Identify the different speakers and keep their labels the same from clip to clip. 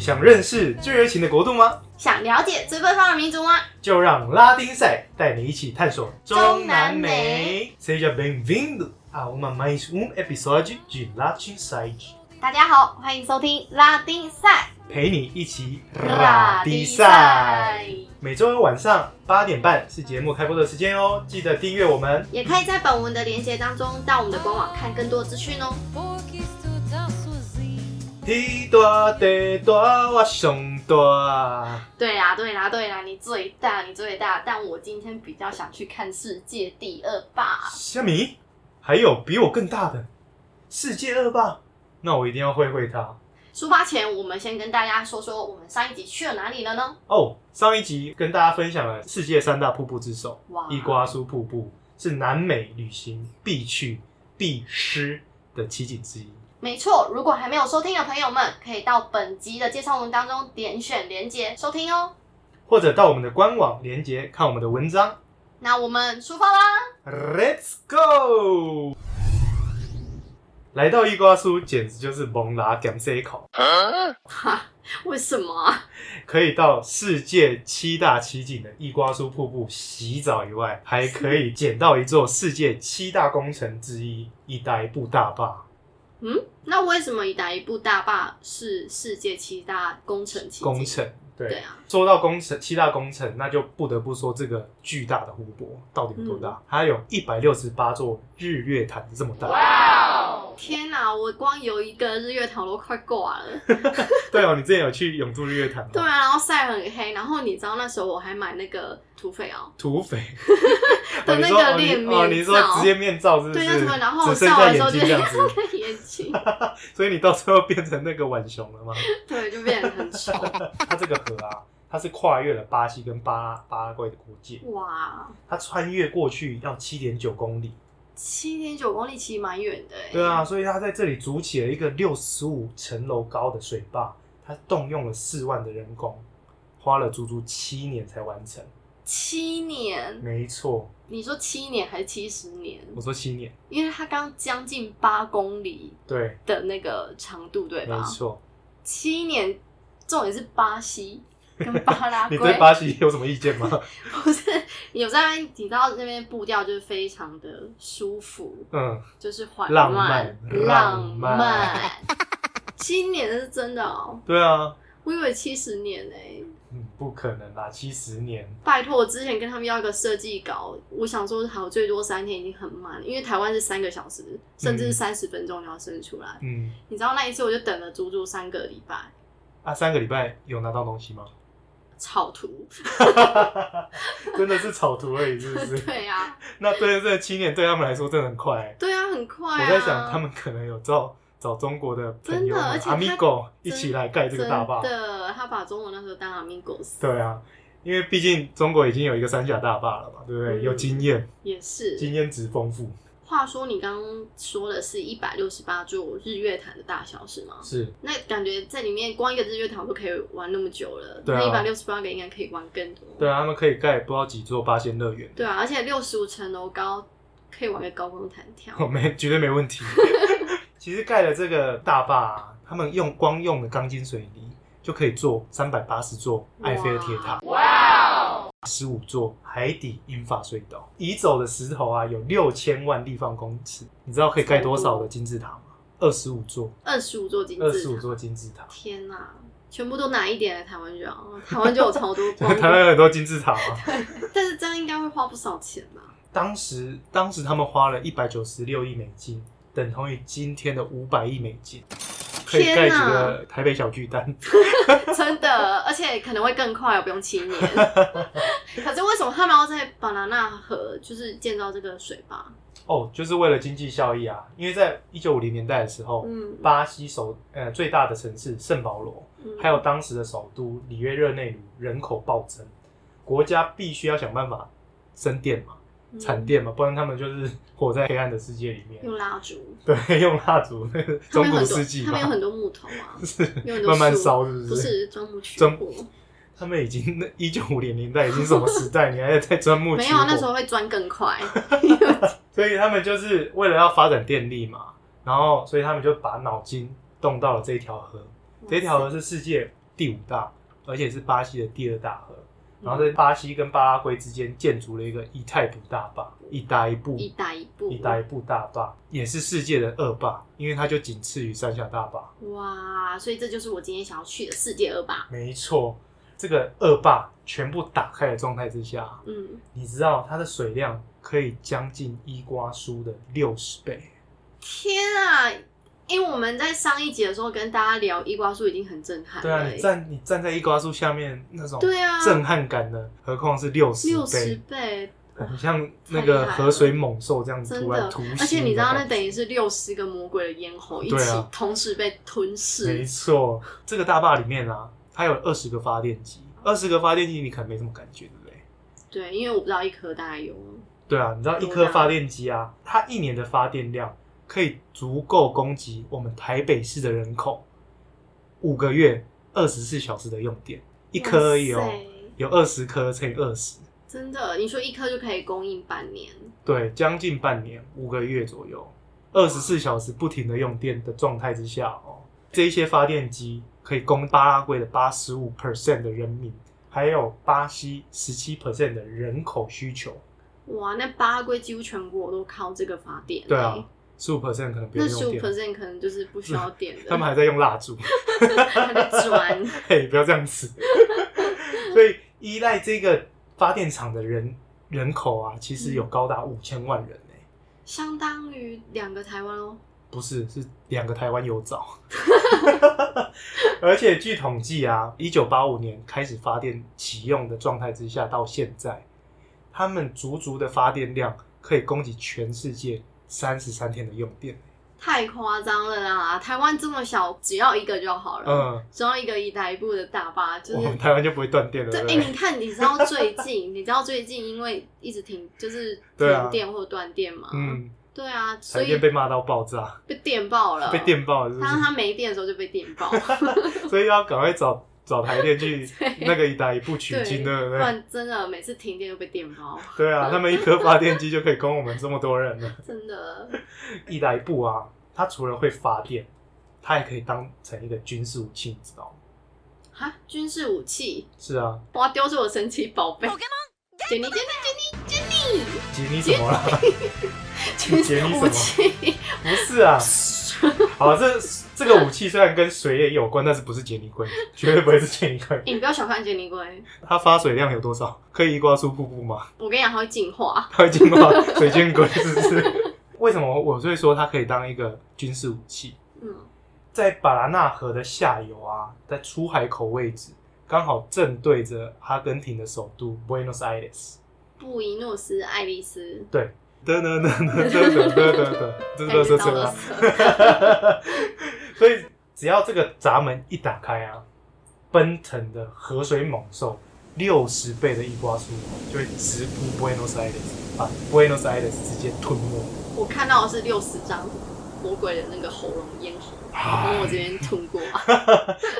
Speaker 1: 想认识最热情的国度吗？
Speaker 2: 想了解最奔放的民族吗？
Speaker 1: 就让拉丁赛带你一起探索
Speaker 2: 中南美。
Speaker 1: Seja bem-vindo a uma mais um episódio de Latin Side，
Speaker 2: 大家好，欢迎收听拉丁赛。
Speaker 1: 陪你一起拉丁赛。每周日晚上八点半是节目开播的时间哦，记得订阅我们。
Speaker 2: 也可以在本文的连接当中到我们的官网看更多资讯哦。
Speaker 3: Vou que estudar sozinho.
Speaker 1: Ti tua te tua wa shong tua，
Speaker 2: 对啦，对啦，对啦，啊你最大，你最大。但我今天比较想去看世界第二吧。
Speaker 1: 虾米，还有比我更大的世界恶霸，那我一定要会会他。
Speaker 2: 出发前，我们先跟大家说说我们上一集去了哪里了呢？
Speaker 1: 哦，上一集跟大家分享了世界三大瀑布之首——
Speaker 2: 哇
Speaker 1: 伊瓜苏瀑布，是南美旅行必去、必吃的奇景之一。
Speaker 2: 没错，如果还没有收听的朋友们，可以到本集的介绍文当中点选连接收听哦。
Speaker 1: 或者到我们的官网连接看我们的文章。
Speaker 2: 那我们出发啦！
Speaker 1: Let's go！来到伊瓜苏简直就是蒙拉港这一口，
Speaker 2: 哈，为什么啊？
Speaker 1: 可以到世界七大奇景的伊瓜苏瀑布洗澡以外，还可以捡到一座世界七大工程之一——一代布大坝。
Speaker 2: 嗯，那为什么一打一部大坝是世界七大工程奇迹
Speaker 1: 工？程。对
Speaker 2: 对啊，
Speaker 1: 说到工程七大工程，那就不得不说这个巨大的湖泊到底有多大？
Speaker 2: 嗯
Speaker 1: 它有一百六十八座日月潭这么大。
Speaker 2: 天哪、我光有一个日月潭我都快挂了。
Speaker 1: 对哦，你之前有去永渡日月潭吗？
Speaker 2: 对啊，然后晒很黑，然后你知道那时候我还买那个土匪哦，
Speaker 1: 土匪
Speaker 2: 的
Speaker 1: 哦你
Speaker 2: 那
Speaker 1: 说
Speaker 2: 个
Speaker 1: 哦你
Speaker 2: 脸面
Speaker 1: 哦，你说
Speaker 2: 罩
Speaker 1: 直接面罩是不是？
Speaker 2: 对，那什么，然后我
Speaker 1: 只剩
Speaker 2: 晒完
Speaker 1: 下眼
Speaker 2: 之后就
Speaker 1: 睛这样
Speaker 2: 那
Speaker 1: 子，
Speaker 2: 个眼睛，
Speaker 1: 所以你到最后变成那个浣熊了吗？
Speaker 2: 对，就变得很丑。
Speaker 1: 它这个河啊，它是跨越了巴西跟巴拉巴拉圭的国界，
Speaker 2: 哇，
Speaker 1: 它穿越过去要七点九公里。
Speaker 2: 七点九公里其实蛮远的、欸。
Speaker 1: 对啊，，所以他在这里筑起了一个六十五层楼高的水坝，他动用了四万的人工，花了足足七年才完成。
Speaker 2: 七年，
Speaker 1: 没错，
Speaker 2: 你说七年还是七十年？
Speaker 1: 我说七年，
Speaker 2: 因为它刚将近八公里
Speaker 1: 对，
Speaker 2: 的那个长度，对吧
Speaker 1: 没？错。
Speaker 2: 七年，重点是巴西跟巴拉
Speaker 1: 你
Speaker 2: 圭。
Speaker 1: 对巴西有什么意见吗？
Speaker 2: 不是有在那边提到那边步调就是非常的舒服，
Speaker 1: 嗯，
Speaker 2: 就是缓
Speaker 1: 浪
Speaker 2: 慢
Speaker 1: 漫
Speaker 2: 浪
Speaker 1: 浪漫
Speaker 2: 漫。 七年是真的哦，
Speaker 1: 对啊，
Speaker 2: 我以为七十年呢、
Speaker 1: 嗯，不可能啦，七十年。
Speaker 2: 拜托，我之前跟他们要一个设计稿，我想说好最多三天已经很慢了，因为台湾是三个小时，甚至是三十分钟就要生出来。
Speaker 1: 嗯，
Speaker 2: 你知道那一次我就等了足足三个礼拜，
Speaker 1: 啊，三个礼拜有拿到东西吗？
Speaker 2: 草图。
Speaker 1: 真的是草图而已，是不是？
Speaker 2: 对啊，
Speaker 1: 那对这七年对他们来说真的很快、欸。
Speaker 2: 对啊，很快、啊。
Speaker 1: 我在想，他们可能有找找中国的朋友
Speaker 2: 真的而
Speaker 1: 们
Speaker 2: 且他
Speaker 1: ，Amigo 一起来盖这个大坝
Speaker 2: 真。的，他把中国那时候当 amigos。
Speaker 1: 对啊，因为毕竟中国已经有一个三峡大坝了嘛，对不对？
Speaker 2: 嗯
Speaker 1: 有经验，
Speaker 2: 也是。
Speaker 1: 经验值丰富。
Speaker 2: 话说你刚刚说的是一百六十八座日月潭的大小是吗？
Speaker 1: 是，
Speaker 2: 那感觉在里面光一个日月潭我都可以玩那么久了，
Speaker 1: 对啊
Speaker 2: 那一百六十八个应该可以玩更多。
Speaker 1: 对啊，他们可以盖不知道几座八仙乐园，
Speaker 2: 对啊，而且六十五层楼高，可以玩个高空弹跳。
Speaker 1: 我没绝对没问 题。其实盖了这个大坝啊，他们用光用的钢筋水泥就可以做三百八十座埃菲尔铁塔，哇，十五座海底英法隧道，移走的石头啊有六千万立方公尺，你知道可以盖多少的金字塔吗？二十五座，
Speaker 2: 二十五座金
Speaker 1: 二十五
Speaker 2: 字塔，
Speaker 1: 座金字 塔。
Speaker 2: 天哪、全部都哪一点的台湾就好，台湾就有超多光，
Speaker 1: 台湾有很多金字塔啊。
Speaker 2: 但是这样应该会花不少钱吧？
Speaker 1: 当时当时他们花了一百九十六亿美金，等同于今天的五百亿美金，可以盖几个台北小巨蛋。
Speaker 2: 真的，而且可能会更快，不用七 年。可是为什么他们要在巴拿纳河就是建造这个水坝？
Speaker 1: 哦，就是为了经济效益啊！因为在一九五零年代的时候，
Speaker 2: 嗯，
Speaker 1: 巴西首呃最大的城市圣保罗，
Speaker 2: 嗯
Speaker 1: 还有当时的首都里约热内卢人口暴增，国家必须要想办法生电嘛，产电嘛，不然他们就是活在黑暗的世界里面
Speaker 2: 嗯。用蜡烛，
Speaker 1: 对，用蜡烛，
Speaker 2: 他
Speaker 1: 中古
Speaker 2: 们有很多
Speaker 1: 世纪，
Speaker 2: 他
Speaker 1: 嘛
Speaker 2: 们，有很 多木头啊，
Speaker 1: 是
Speaker 2: 有很多
Speaker 1: 慢慢
Speaker 2: 树
Speaker 1: 烧，是不是？
Speaker 2: 不是钻木取
Speaker 1: 钻
Speaker 2: 火，
Speaker 1: 他们已经那一九五零年代已经什么时代，你还在钻木取
Speaker 2: 没
Speaker 1: 火？
Speaker 2: 有啊，那时候会钻 更快。
Speaker 1: 所以他们就是为了要发展电力嘛，然后所以他们就把脑筋动到了这一条河。这条河是世界第五大，而且是巴西的第二大河。
Speaker 2: 嗯
Speaker 1: 然后在巴西跟巴拉圭之间建筑了一个伊泰普大坝，一大一步，
Speaker 2: 一大一步，
Speaker 1: 一大一步大坝，也是世界的恶霸，因为它就仅次于三峡大坝。
Speaker 2: 哇，所以这就是我今天想要去的世界二吧。
Speaker 1: 没错，这个恶霸全部打开的状态之下，
Speaker 2: 嗯，
Speaker 1: 你知道它的水量可以将近伊瓜苏的六十倍。
Speaker 2: 天啊！因为我们在上一集的时候跟大家聊伊瓜苏已经很震撼
Speaker 1: 对
Speaker 2: 了、
Speaker 1: 啊，
Speaker 2: 欸
Speaker 1: 你站你站在伊瓜苏下面那种
Speaker 2: 对啊
Speaker 1: 震撼感的，何况是六十
Speaker 2: 六十
Speaker 1: 倍，
Speaker 2: 倍，
Speaker 1: 很像
Speaker 2: 太
Speaker 1: 那
Speaker 2: 厉
Speaker 1: 个
Speaker 2: 害
Speaker 1: 河水猛兽这样子
Speaker 2: 真
Speaker 1: 突然
Speaker 2: 的
Speaker 1: 突袭，
Speaker 2: 而且你知道，那等于
Speaker 1: 是
Speaker 2: 是六十个魔鬼的咽喉一
Speaker 1: 对
Speaker 2: 起
Speaker 1: 啊
Speaker 2: 同时被吞噬
Speaker 1: 没。错，这个大坝里面啊，它有二十个发电机，二十个发电机你可能没什么感觉，对不对？
Speaker 2: 对，因为我不知道一颗大概有
Speaker 1: 对啊，你知道一
Speaker 2: 多
Speaker 1: 颗
Speaker 2: 大
Speaker 1: 发电机啊，它一年的发电量可以足够供给我们台北市的人口五个月二十四小时的用电，一颗而已
Speaker 2: 哇
Speaker 1: 哦
Speaker 2: 塞，
Speaker 1: 有二十颗乘以二十，
Speaker 2: 真的，你说一颗就可以供应半年，
Speaker 1: 对，将近半年五个月左右，二十四小时不停的用电的状态之下哦，这一些发电机可以供巴拉圭的八十五 percent 的人民，还有巴西十七 percent 的人口需求。
Speaker 2: 哇，那巴拉圭几乎全国都靠这个发电欸、
Speaker 1: 对啊，十五 percent 可能不
Speaker 2: 那
Speaker 1: 用
Speaker 2: 十
Speaker 1: 用
Speaker 2: 五
Speaker 1: 电。
Speaker 2: percent 可能就是不需要电的，
Speaker 1: 他们还在用蜡烛，
Speaker 2: 还在钻，
Speaker 1: 嘿，不要这样子。 所以依赖这个发电厂的人人口啊，其实
Speaker 2: 嗯
Speaker 1: 有高达五千万人呢、
Speaker 2: 相当于两个台湾哦。
Speaker 1: 不是，是两个台湾有找。 而且据统计啊，一九八五年开始发电启用的状态之下，到现在，他们足足的发电量可以供给全世界三十三天的用电。
Speaker 2: 嗯太夸张了啦！台湾这么小，只要一个就好了，
Speaker 1: 嗯，
Speaker 2: 只要一个一带一步的大巴，就
Speaker 1: 我
Speaker 2: 是
Speaker 1: 们台湾就不会断电了，
Speaker 2: 对，
Speaker 1: 对不
Speaker 2: 哎、
Speaker 1: 对嗯
Speaker 2: 你？看，你知道最近，你知道最近因为一直停，就是
Speaker 1: 对啊
Speaker 2: 停电或断电嘛，，
Speaker 1: 嗯，
Speaker 2: 对啊，所
Speaker 1: 台
Speaker 2: 以啊
Speaker 1: 电被骂到爆炸，
Speaker 2: 被电爆了，
Speaker 1: 被。电爆了，是不
Speaker 2: 当
Speaker 1: 是？
Speaker 2: 他没电的时候就被电爆，
Speaker 1: 所以要赶快找找台电去
Speaker 2: 对
Speaker 1: 那个一打一步取
Speaker 2: 对，
Speaker 1: 经， 对不
Speaker 2: 不
Speaker 1: 对？
Speaker 2: 然真的每次停电就被电爆，
Speaker 1: 对啊，他们一颗发电机就可以供我们这么多人了。
Speaker 2: 真的。
Speaker 1: 一打一步啊，它除了会发电，它也可以当成一个军事武器，你知道吗？
Speaker 2: 哈，军事武器，
Speaker 1: 是啊，
Speaker 2: 哇，丢出我神奇宝贝
Speaker 3: Pokemon，
Speaker 2: 杰尼杰尼杰尼
Speaker 1: 杰你什么啦？
Speaker 2: 杰
Speaker 1: 杰
Speaker 2: 尼，军事
Speaker 1: 尼什么
Speaker 2: 武器，
Speaker 1: 不是啊，好，这这个武器虽然跟水也有关，但是不是杰尼龟，绝对不会是杰尼龟。
Speaker 2: 欸你不要小看杰尼龟，
Speaker 1: 它发水量有多少？可以一刮出瀑布吗？
Speaker 2: 我跟你讲，它会进化，
Speaker 1: 它会进化水箭龟，是不是？为什么我会说它可以当一个军事武器？
Speaker 2: 嗯，
Speaker 1: 在巴拉那河的下游啊，在出海口位置，刚好正对着阿根廷的首都 Buenos Aires。
Speaker 2: 布宜诺斯艾利斯，
Speaker 1: 对，噔噔噔噔噔噔噔噔，这
Speaker 2: 感
Speaker 1: 是这
Speaker 2: 觉到
Speaker 1: 车
Speaker 2: 了
Speaker 1: 啊。所以只要这个闸门一打开啊，奔腾的河水猛兽六十倍的伊瓜苏就会直扑 Buenos Aires，把 Buenos Aires 直接吞没。
Speaker 2: 我看到的是六十张魔鬼的那个喉咙咽喉，
Speaker 1: 啊
Speaker 2: 从我这边 吞过啊。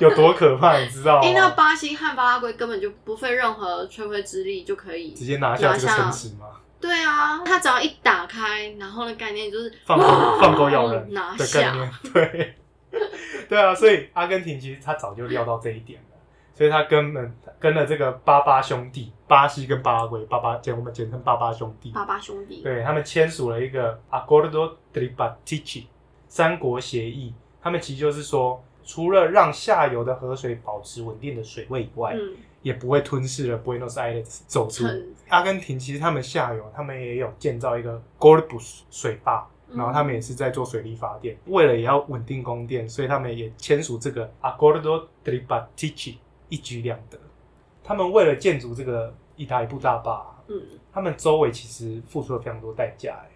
Speaker 1: 有多可怕，你知道吗？
Speaker 2: 哎、那巴西和巴拉圭根本就不费任何吹灰之力就可
Speaker 1: 直
Speaker 2: 以。
Speaker 1: 接拿下这个
Speaker 2: 拿下
Speaker 1: 城市吗？
Speaker 2: 对啊，它只要一打开，然后呢，概念就是
Speaker 1: 放狗
Speaker 2: 哇
Speaker 1: 放狗咬人
Speaker 2: 拿
Speaker 1: 的概
Speaker 2: 下。
Speaker 1: 念， 对，对啊，所以阿根廷其实他早就料到这一点了，所以他根本跟了这个巴巴兄弟，巴西跟巴拉圭，巴巴简我们简称巴巴兄弟，
Speaker 2: 巴巴兄弟，嗯
Speaker 1: 对他们签署了一个 Accordo Tripartite 三国协议，他们其实就是说，除了让下游的河水保持稳定的水位以外，
Speaker 2: 嗯，
Speaker 1: 也不会吞噬了 Buenos Aires 走出
Speaker 2: 很
Speaker 1: 阿根廷其实他们下游，他们也有建造一个 Golbus 水坝，
Speaker 2: 嗯
Speaker 1: 然后他们也是在做水力发电。为了也要稳定供电，所以他们也签署这个 Accordo Tripartite，一举两得。他们为了建筑这个一大一步大坝，
Speaker 2: 嗯，
Speaker 1: 他们周围其实付出了非常多代价。欸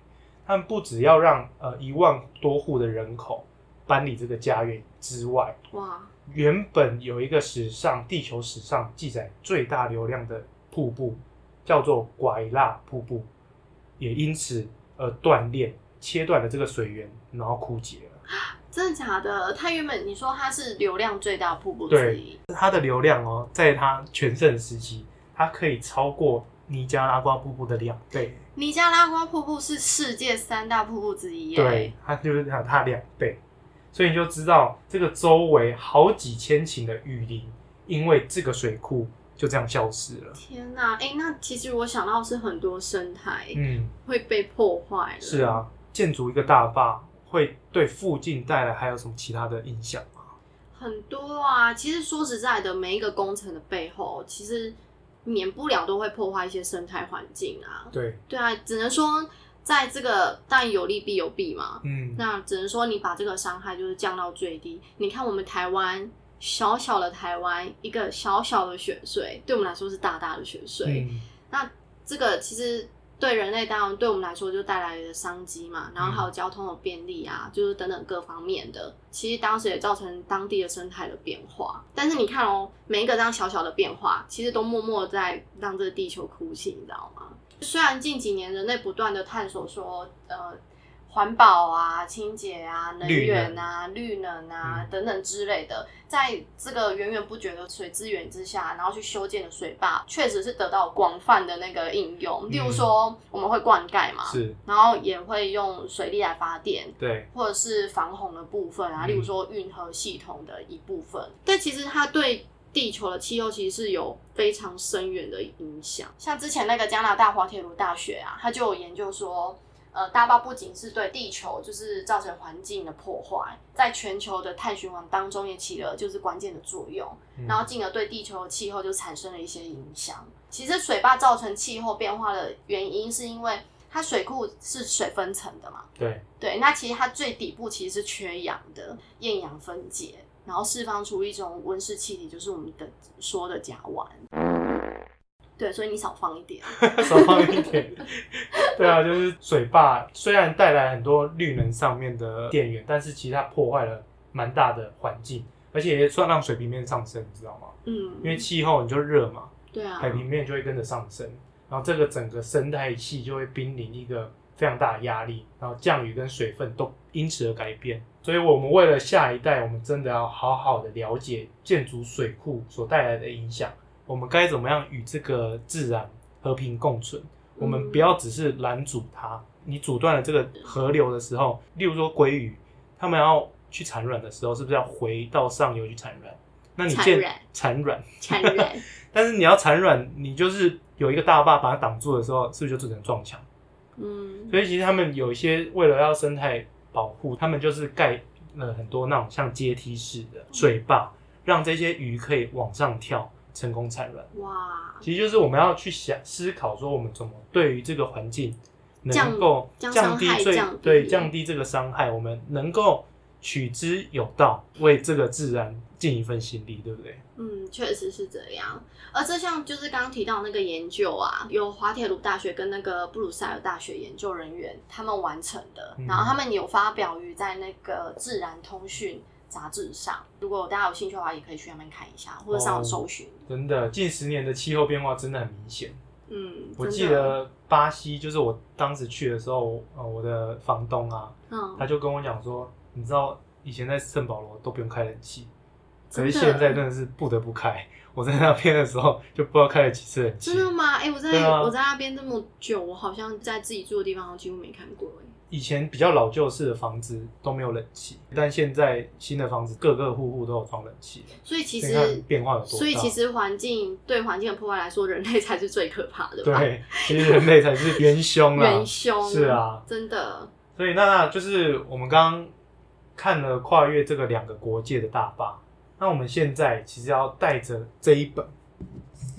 Speaker 1: 他们不只要让呃一万多户的人口搬离这个家园之外，
Speaker 2: 哇，
Speaker 1: 原本有一个史上地球史上记载最大流量的瀑布，叫做拐拉瀑布，也因此而断裂，切断了这个水源，然后枯竭了。
Speaker 2: 真的假的？它原本你说它是流量最大的瀑布之
Speaker 1: 对
Speaker 2: 一，
Speaker 1: 它的流量哦，在它全盛时期，它可以超过尼加拉瓜瀑布的两倍。
Speaker 2: 尼加拉瓜瀑布是世界三大瀑布之一耶。
Speaker 1: 对，，它就是它它两倍，所以你就知道这个周围好几千顷的雨林因为这个水库就这样消失了。
Speaker 2: 天哪、哎、那其实我想到是很多生态
Speaker 1: 嗯，
Speaker 2: 会被破坏了。
Speaker 1: 是，啊，建筑一个大坝会对附近带来还有什么其他的影响吗？
Speaker 2: 很多啊。其实说实在的，每一个工程的背后，其实免不了都会破坏一些生态环境啊。
Speaker 1: 对，
Speaker 2: 对啊，只能说在这个但有利必有弊嘛。
Speaker 1: 嗯，
Speaker 2: 那只能说你把这个伤害就是降到最低。你看我们台湾小小的台湾，一个小小的雪穗，对我们来说是大大的雪穗。
Speaker 1: 嗯
Speaker 2: 那这个其实对人类当然对我们来说就带来了商机嘛，然
Speaker 1: 嗯
Speaker 2: 后还有交通的便利啊，就是等等各方面的，其实当时也造成当地的生态的变化。但是你看哦，每一个这样小小的变化，其实都默默在让这个地球哭泣，你知道吗？虽然近几年人类不断的探索说，呃。环保啊、清洁啊、能
Speaker 1: 绿能
Speaker 2: 源啊、绿能啊、
Speaker 1: 嗯
Speaker 2: 等等之类的，在这个源源不绝的水资源之下，然后去修建的水坝，确实是得到广泛的那个应用。例如说，我们会灌溉嘛，
Speaker 1: 嗯是，
Speaker 2: 然后也会用水力来发电，
Speaker 1: 对，
Speaker 2: 或者是防洪的部分啊，
Speaker 1: 嗯
Speaker 2: 例如说运河系统的一部分。但其实它对地球的气候其实是有非常深远的影响。像之前那个加拿大滑铁卢大学啊，它就有研究说。呃，大坝不仅是对地球就是造成环境的破坏，在全球的碳循环当中也起了就是关键的作用。
Speaker 1: 嗯
Speaker 2: 然后进而对地球的气候就产生了一些影响。其实水坝造成气候变化的原因，是因为它水库是水分层的嘛，
Speaker 1: 对，
Speaker 2: 对，那其实它最底部其实是缺氧的，厌氧分解，然后释放出一种温室气体，就是我们的说的甲烷。对，所以你少放一点。
Speaker 1: 少放一点。 对啊，就是水坝虽然带来很多绿能上面的电源，但是其实它破坏了蛮大的环境，而且也算让水平面上升，你知道吗？
Speaker 2: 嗯，
Speaker 1: 因为气候你就热嘛，
Speaker 2: 对啊，
Speaker 1: 海平面就会跟着上升，然后这个整个生态系就会濒临一个非常大的压力，然后降雨跟水分都因此而改变。所以，我们为了下一代，我们真的要好好的了解建筑水库所带来的影响，我们该怎么样与这个自然和平共存？我们不要
Speaker 2: 嗯
Speaker 1: 只是拦阻它。你阻断了这个河流的时候，例如说鲑鱼，它们要去产卵的时候，是不是要回到上游去产卵？那你
Speaker 2: 产
Speaker 1: 建
Speaker 2: 卵
Speaker 1: 产卵，
Speaker 2: 产人，
Speaker 1: 但是你要产卵，你就是有一个大坝把它挡住的时候，是不是就只能撞墙？
Speaker 2: 嗯，
Speaker 1: 所以其实他们有一些为了要生态保护，他们就是盖了很多那种像阶梯式的水坝，让这些鱼可以往上跳，成功产卵。
Speaker 2: 哇，
Speaker 1: 其实就是我们要去想思考，说我们怎么对于这个环境能够
Speaker 2: 降
Speaker 1: 降低
Speaker 2: 降伤害
Speaker 1: 最
Speaker 2: 降低
Speaker 1: 对降低这个伤害，我们能够取之有道，为这个自然尽一份心力，对不对？
Speaker 2: 嗯，确实是这样。而这项就是刚刚提到那个研究啊，有滑铁卢大学跟那个布鲁塞尔大学研究人员他们完成的，
Speaker 1: 嗯
Speaker 2: 然后他们有发表于在那个《自然通讯》杂志上。如果大家有兴趣的话，也可以去那边看一下，或者上
Speaker 1: 哦
Speaker 2: 网搜寻。
Speaker 1: 真的，近十年的气候变化真的很明显。
Speaker 2: 嗯，
Speaker 1: 我
Speaker 2: 真的
Speaker 1: 记，得巴西，就是我当时去的时候，呃，我的房东啊，
Speaker 2: 嗯，
Speaker 1: 他就跟我讲说，你知道以前在圣保罗都不用开冷气，可是
Speaker 2: 真的
Speaker 1: 现在真的是不得不开。 我在那边的时候就不知道开了几次冷气
Speaker 2: 真。的吗？哎、我在、
Speaker 1: 对啊
Speaker 2: 我在那边这么久，我好像在自己住的地方几乎没看过、哎
Speaker 1: 以前比较老旧式的房子都没有冷气，但现在新的房子各个户户都有装冷气，
Speaker 2: 所以其
Speaker 1: 所以看
Speaker 2: 实。
Speaker 1: 变化有多大。
Speaker 2: 所以其实环境对环境的破坏来说，人类才是最可怕的吧？，
Speaker 1: 对，其实人类才是元凶啦。
Speaker 2: 元凶
Speaker 1: 啊是啊，
Speaker 2: 真的，
Speaker 1: 所以娜娜就是我们刚刚看了跨越这个两个国界的大坝，那我们现在其实要带着这一本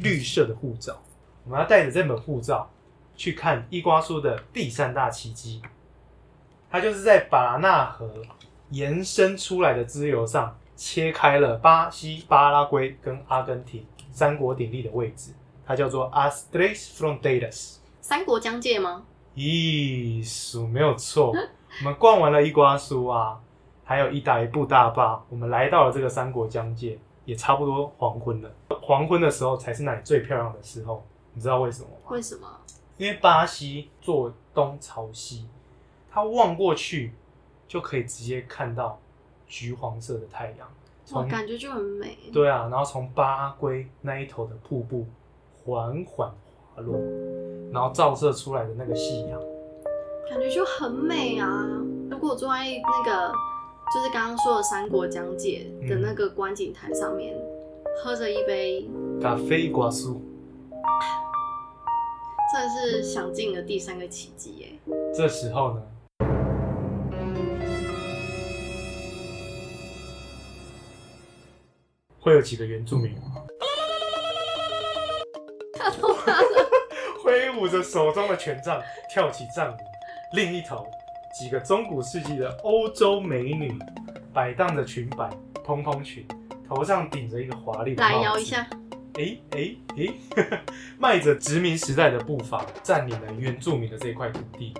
Speaker 1: 绿色的护照，我们要带着这本护照去看伊瓜苏的第三大奇迹，它就是在巴拿纳河延伸出来的支流上切开了巴西、巴拉圭跟阿根廷三国鼎立的位置，它叫做 As Tres Fronteras。
Speaker 2: 三国疆界吗？
Speaker 1: 艺术没有错。 我们逛完了伊瓜苏啊，还有一大一步大坝，我们来到了这个三国疆界，也差不多黄昏了。黄昏的时候才是那里最漂亮的时候，你知道为什么吗？
Speaker 2: 为什么？
Speaker 1: 因为巴西坐东朝西，它望过去就可以直接看到橘黄色的太阳，
Speaker 2: 我
Speaker 1: 从
Speaker 2: 感觉就很美。
Speaker 1: 对啊，然后从巴拉圭那一头的瀑布缓缓滑落，然后照射出来的那个夕阳。
Speaker 2: 感觉就很美啊！如果坐在那个就是刚刚说的三国疆界的那个观景台上面，喝着一杯，
Speaker 1: 咖啡瓜苏，
Speaker 2: 算是享尽了第三个奇迹耶。
Speaker 1: 这时候呢，会有几个原住民
Speaker 2: 他都怕了，
Speaker 1: 挥舞着手中的权杖，跳起战舞。另一头，几个中古世纪的欧洲美女摆荡着裙摆、蓬蓬裙，头上顶着一个华丽的帽
Speaker 2: 来
Speaker 1: 子
Speaker 2: 摇一下，
Speaker 1: 诶诶诶， 迈着殖民时代的步伐，占领了原住民的这块土地。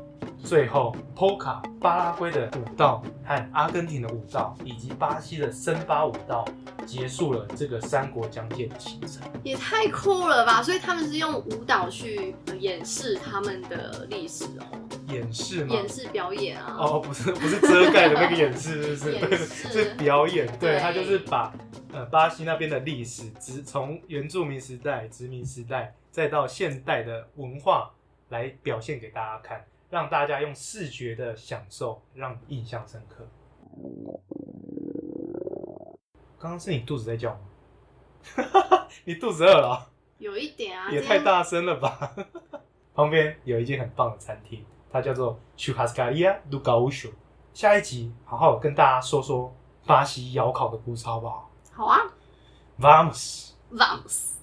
Speaker 1: 最后，Polka 巴拉圭的舞蹈和阿根廷的舞蹈，以及巴西的森巴舞蹈，结束了这个三国疆界的形成。
Speaker 2: 也太酷了吧！所以他们是用舞蹈去呃掩饰他们的历史哦，
Speaker 1: 演示吗？
Speaker 2: 掩饰表演啊。
Speaker 1: 哦，不是不是遮盖的那个演示，是不是？
Speaker 2: 演示
Speaker 1: 是表演。对，
Speaker 2: 对
Speaker 1: 他就是把呃巴西那边的历史，殖从原住民时代、殖民时代，再到现代的文化来表现给大家看，让大家用视觉的享受，让你印象深刻。刚刚是你肚子在叫吗？ 你肚子饿了哦、
Speaker 2: 有一点啊，
Speaker 1: 也
Speaker 2: 今
Speaker 1: 太
Speaker 2: 天
Speaker 1: 大声了吧！ 旁边有一间很棒的餐厅，它叫做 Churrascaria do Gaúcho。下一集好好跟大家说说巴西窑烤的故事，好不好
Speaker 2: 好啊。
Speaker 1: ？Vamos！
Speaker 2: Vams。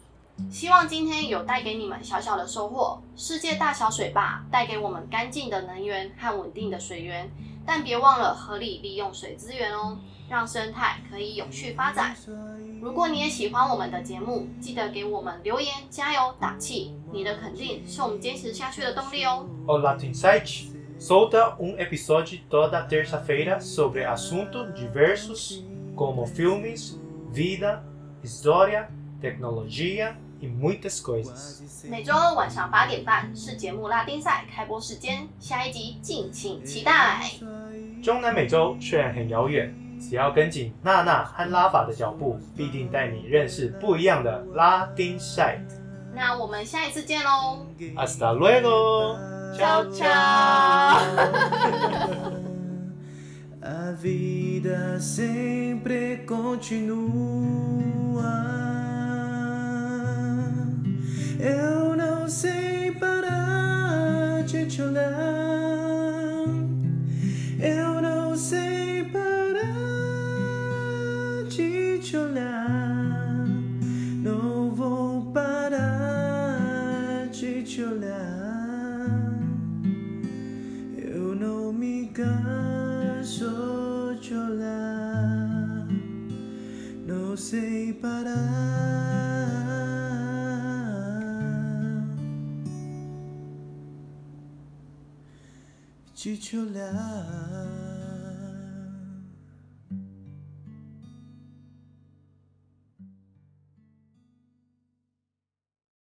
Speaker 2: 希望今天有带给你们小小的收获。世界大小水坝带给我们干净的能源和稳定的水源，但别忘了合理利用水资源哦，让生态可以永续发展。如果你也喜欢我们的节目，记得给我们留言加油打气，你的肯定是我们坚持下去的动力哦。
Speaker 1: Olá, tu insight? Solta um episódio toda terça-feira sobre assuntos diversos como filmes, vida, história, tecnologia e muitas coisas.
Speaker 2: 每周二晚上八点半是节目拉丁赛开播时间，下一集敬请期待。
Speaker 1: 中南美洲虽然很遥远，只要跟紧娜娜和拉法的脚步，必定带你认识不一样的拉丁赛。
Speaker 2: 那我们下一次见喽，
Speaker 1: Hasta luego，
Speaker 2: 悄悄。
Speaker 4: A vida sempre continua. Eu não sei parar de te olhar. Eu não sei parar de te olhar. Não vou parar de te olhar. Eu não me canso de olhar, não sei parar de te olhar.